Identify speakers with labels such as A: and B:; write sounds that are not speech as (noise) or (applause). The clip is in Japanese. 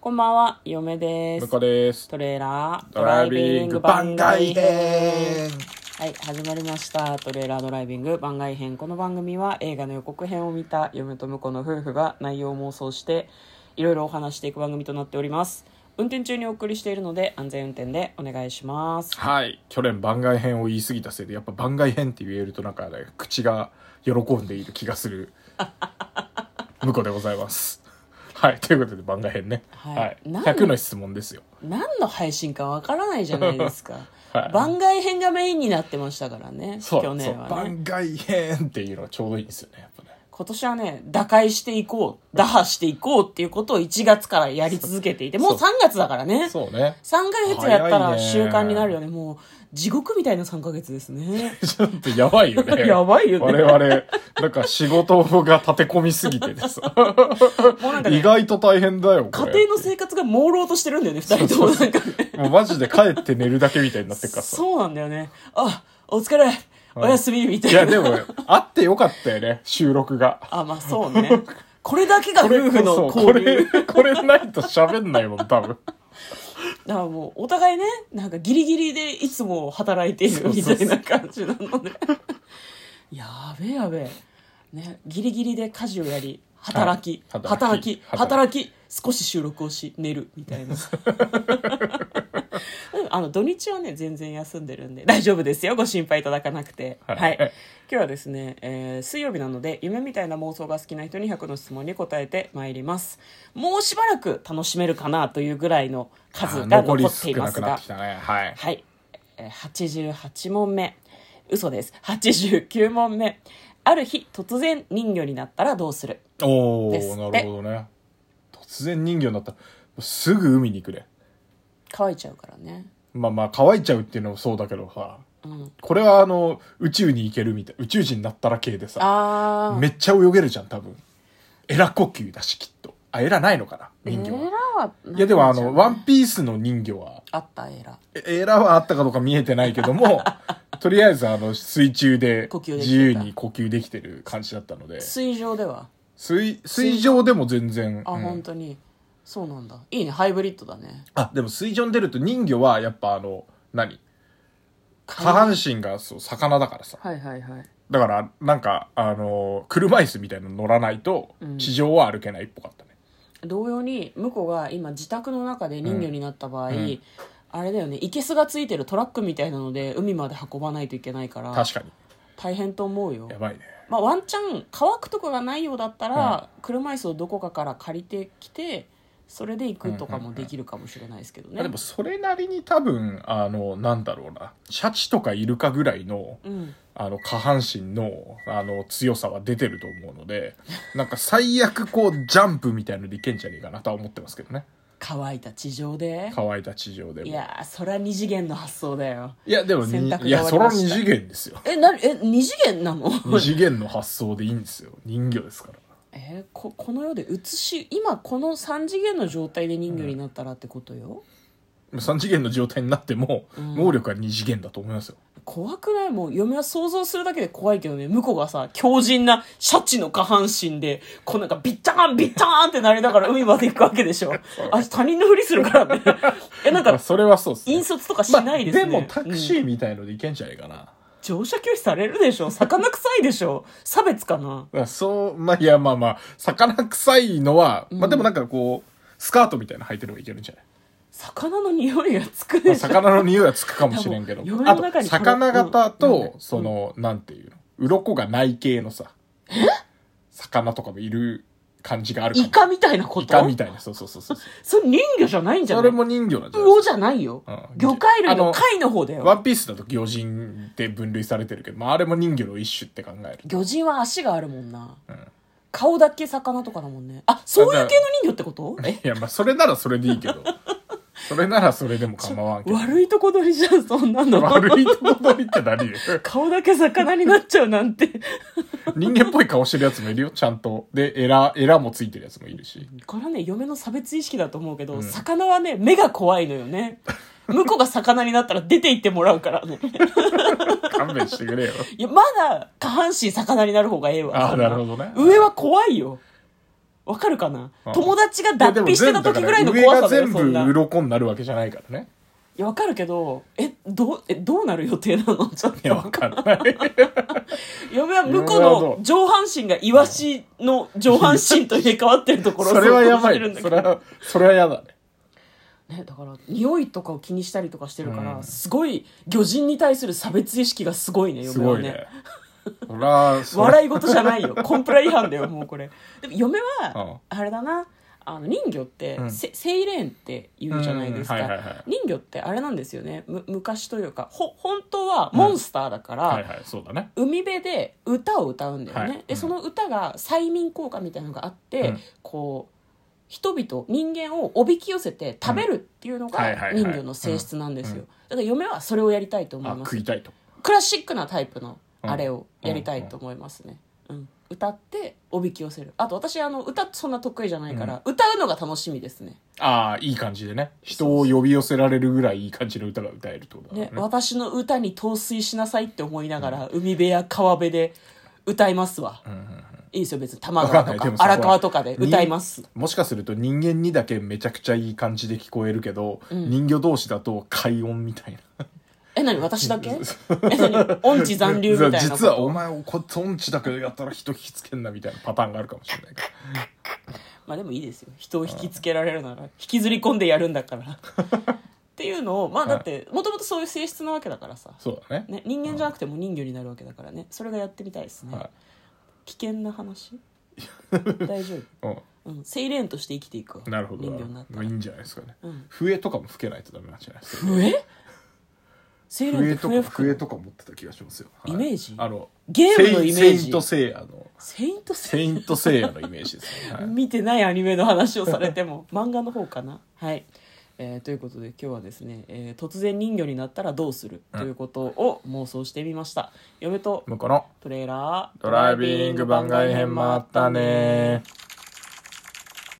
A: こんばんは、嫁で
B: 向
A: す
B: こ。うです。
A: トレーラード
B: ドライビング番外編。
A: はい、始まりました。トレーラードライビング番外編。この番組は映画の予告編を見た嫁と婿の夫婦が内容を妄想していろいろお話していく番組となっております。運転中にお送りしているので安全運転でお願いします。
B: はい。去年番外編を言い過ぎたせいで、やっぱ番外編って言えるとなんか、ね、口が喜んでいる気が
A: (laughs)
B: する。向こうでございます。はい。ということで番外編ね。
A: はい
B: はい。
A: なん
B: 100の質問ですよ。
A: 何の配信かわからないじゃないですか。
B: (laughs) はい
A: 番外編がメインになってましたからね。
B: そう
A: 去年
B: そう
A: はね。
B: 番外編っていうのがちょうどいいんですよね。やっぱね。
A: 今年はね、打開していこう、打破していこうっていうことを1月からやり続けていて、もう3
B: そ
A: 月だからね。
B: そうね。 (laughs)
A: 3ヶ月やったら
B: 早いね。
A: 習慣になるよね。もう、地獄みたいな3ヶ月ですね
B: (laughs) ちょっとやばいよ
A: (laughs)
B: ね。
A: やばいよね
B: 我々、なんか仕事が立て込みすぎてです。
A: もうなんか
B: 意
A: ね、
B: 外と大変だよ、こ
A: 家
B: れ。
A: 庭の生活が朦朧としてるんだよね、2人ともなんかね。
B: もうマジで帰って寝るだけみたいになってるからさ。
A: そうなんだよね。あ、お疲れ、おやすみ、みた
B: い
A: い
B: や、で
A: な。
B: も、あってよかったよね、収録が。
A: あ、まあそうね。これだけが夫婦の
B: こ
A: 交
B: れ
A: 流。
B: そう、これ、これないと喋んないもん、多分。
A: だからもう、お互いね、なんかギリギリでいつも働いているみたいな感じなので。 (laughs) やべえやべえ。ね、ギリギリで家事をやり、働き、
B: はい
A: 働
B: 働
A: き
B: き、
A: 働き、少し収録をし、寝る、みたい
B: (laughs)
A: な。うんあの、土日はね、全然休んでるんで、大丈夫ですよ、ご心配いただかなくて。
B: はい
A: はい。今日はですね、えー水曜日なので、夢みたいな妄想が好きな人に100の質問に答えてまいります。もうしばらく楽しめるかなというぐらいの数が残っていますが
B: き、たね。はい。
A: はい、えー88問目嘘です89問目ある日突然人魚になったらどうする
B: お
A: ですって
B: ー、なるほどね。突然人魚になったら、もうすぐ海に行くね。
A: 乾いちゃうからね
B: まあまあ、乾いちゃうっていうのもそうだけどさ。
A: うん
B: これはあの、宇宙に行けるみたい。宇宙人になったら系でさ。
A: あ
B: めっちゃ泳げるじゃん、多分。エラ呼吸だし、きっと。あ、エラないのかな
A: ー
B: 人魚
A: エ
B: は。
A: ラはない
B: や、でもあの、ワ
A: んじゃない
B: ンピースの人魚は、
A: あったエラ
B: エラはあったかどうか見えてないけども、 (laughs) とりあえずあの水中で
A: 呼吸できてた
B: 自由に呼吸できてる感じだったので、
A: 水上では
B: 水、水上でも全然。
A: あ、
B: うん
A: 本当にそうなんだいいねハイブリッドだね
B: あ、でも水上に出ると人魚はやっぱあの、何下半身がそう、魚だからさ。
A: はいはいはい
B: だから、なんか、あの、車椅子みたいなの乗らないと
A: うん、
B: 地上は歩けないっぽかったね。
A: 同様に向こうが今自宅の中で人魚になった場合、
B: うんうん
A: あれだよね生けすがついてるトラックみたいなので海まで運ばないといけないから
B: 確かに。
A: 大変と思うよ
B: やばいね。
A: まあ、ワンチャン乾くとこがないようだったら、車椅子をどこかから借りてきてそれで行くとかもできるかもしれないですけどね、
B: まあでもそれなりに多分、あの、なんだろうな、シャチとかイルカぐらいの、
A: うん
B: あの、下半身の、あの、強さは出てると思うので、なんか最悪こう、ジャンプみたいなのでいけんじゃねえかなとは思ってますけどね。
A: 乾いた地上で
B: 乾いた地上でも。
A: いやーそれは二次元の発想だよ
B: いやでも
A: 洗
B: に、
A: 濯が
B: いや、
A: 終
B: そ
A: わ
B: ら
A: りまし
B: 二
A: た
B: 次元ですよ。
A: えなえ二次元なの
B: 二次元の発想でいいんですよ。人魚ですから。
A: えここの世で写し今この三次元の状態で人魚になったらってことよ、
B: 三次元の状態になっても、
A: うん
B: 能力は二次元だと思いますよ。
A: 怖くないもう嫁は想像するだけで怖いけどね向こうがさ強靭なシャチの下半身でこうなんかビッターンビッターンってなりながら海まで行くわけでしょあいつ他人のふりするから
B: (laughs)
A: ねえなん
B: まあ
A: か
B: それはそうですね。
A: 引率とかし
B: まあ
A: ないですね、
B: もタクシ
A: うん
B: ーみたいのでいけんじゃねえかな。
A: 乗車拒否されるでしょ魚臭いでしょ差別かな
B: だからそう、まあ、いや、まあまあ、魚臭いのは、まあでもなんかこう、スカートみたいなの履いてればいけるんじゃない、
A: 魚の匂いがつく
B: ま
A: で
B: あ
A: しょ、
B: 魚の匂いはつくかもしれんけど
A: 多分。
B: あ
A: 世の中
B: と、
A: に
B: 魚型
A: うんうん
B: と、その、なんていうの、鱗がない系のさ、魚とかもいる感じがある
A: イカみたいなこと
B: イカみたいな、そうそうそうそう。
A: それ人魚じゃないんじゃ
B: そ
A: ない
B: れも人魚なんじゃない
A: 魚じゃないよ、
B: うん
A: 魚介類の
B: あの
A: 貝の方だ
B: ワ
A: よ
B: ンピースだと魚人って分類されてるけど、まああれも人魚の一種って考える。
A: 魚人は足があるもんな
B: うん
A: 顔だけ魚とかだもんねあそういう系の人魚ってことえ
B: いや、まあそれならそれでいい
A: (laughs)
B: けど、それならそれでも構わんけど。
A: 悪いとこ取りじゃんそんなの
B: (laughs) 悪いとこ取りって何よ。
A: 顔だけ魚になっちゃうなんて
B: 人間っぽい顔してるやつもいるよ、ちゃんと。で、エラ、エラもついてるやつもいるし。
A: これはね嫁の差別意識だと思うけど、
B: うん
A: 魚はね目が怖いのよね向こうが魚になったら出て行ってもらうからね
B: 勘弁してくれよ。
A: いやまだ下半身魚になる方がええわ
B: ああ、
A: そんな
B: なるほどね。
A: 上は怖いよわかるかな
B: うん
A: 友達が
B: やで
A: 脱
B: も
A: 皮してた時ぐらいの怖さだよ
B: 全
A: そ
B: 部上
A: ん
B: が
A: な
B: 全部
A: い
B: 鱗になるわけじゃないからね
A: やわかるけどえどうえどうなる予定なのちょっ
B: い
A: と
B: やわかんない
A: 嫁は向こう
B: 嫁はど
A: の
B: う
A: 上半身がイワシの上半身と入れ替わってるところを
B: それはやば
A: 想像してるん
B: い
A: だ
B: そ
A: け
B: れ
A: ど
B: はそれはやだね
A: ね、だから匂いとかを気にしたりとかしてるから、
B: うん
A: すごい魚人に対する差別意識がすごいね
B: す
A: 嫁
B: ご
A: はいね
B: ねそりゃそれ
A: 笑い事じゃないよコンプラ違反だよもうこれでも嫁はあれだなあの人魚って、
B: うん
A: せセイレーンって言うじゃないですか、
B: うんはいはいはい
A: 人魚ってあれなんですよねむ昔というかほ本当はモンスターだから、
B: はいはいそうだね
A: 海辺で歌を歌うんだよね、
B: はい
A: で
B: うん
A: その歌が催眠効果みたいなのがあって、
B: うん
A: こう人々人間をおびき寄せて食べるっていうの
B: うんはいはい
A: が
B: はい
A: 人魚の性質なんですよ、
B: うんう
A: だから嫁はそれをやりたいと思
B: あ
A: います
B: 食いたいと
A: クラシックなタイプの
B: うん
A: あれをやりたいと思いますね、うん歌っておびき寄せるあと私あの歌そんな得意じゃないから、歌うのが楽しみですね
B: ああいい感じでね人を呼び寄せられるぐらいいい感じの歌が歌えるってことだ
A: ね
B: からね
A: 私の歌に陶酔しなさいって思いながら、海辺や川辺で歌いますわ、
B: うんうん
A: いいですよ別に多摩川
B: わかんない
A: と
B: で
A: か
B: もさ
A: 荒川とかで歌います
B: もしかすると人間にだけめちゃくちゃいい感じで聞こえるけど、人魚同士だと快音みたいな
A: え何私だけえ何音痴残留みたいなこと
B: 実はお前をこっち音痴だけどやったら人引きつけんなみたいなパターンがあるかもしれないから
A: まあでもいいですよ人を引きつけられるなら引きずり込んでやるんだから
B: (laughs)
A: っていうのをまあだってもともとそういう性質なわけだからさ、
B: そうだね
A: ね、人間じゃなくても人魚になるわけだからねそれがやってみたいですね、
B: はい
A: 危険な話大丈夫、うん、セイレーンとして生きていくわ
B: うん、なるほど
A: 人魚になった
B: まあ
A: ら
B: いいんじゃないですかね、
A: うん
B: 笛とかも吹けないとダメなんじゃないですか
A: 笛セイレーンって
B: 笛
A: (laughs) 笛
B: とか
A: 吹
B: 笛
A: く
B: とか持ってた気がしますよ、はい
A: イメージ
B: あの
A: ゲームのイメージ
B: セイセイントセイヤの
A: セイントセイ
B: セイントセイヤのイメージですね、はい
A: 見てないアニメの話をされても (laughs) 漫画の方かなはい、えーということで今日はですね、えー突然人魚になったらどうするということを妄想してみました嫁と
B: 向こうの
A: トレーラー
B: ドライビング番外編もあったね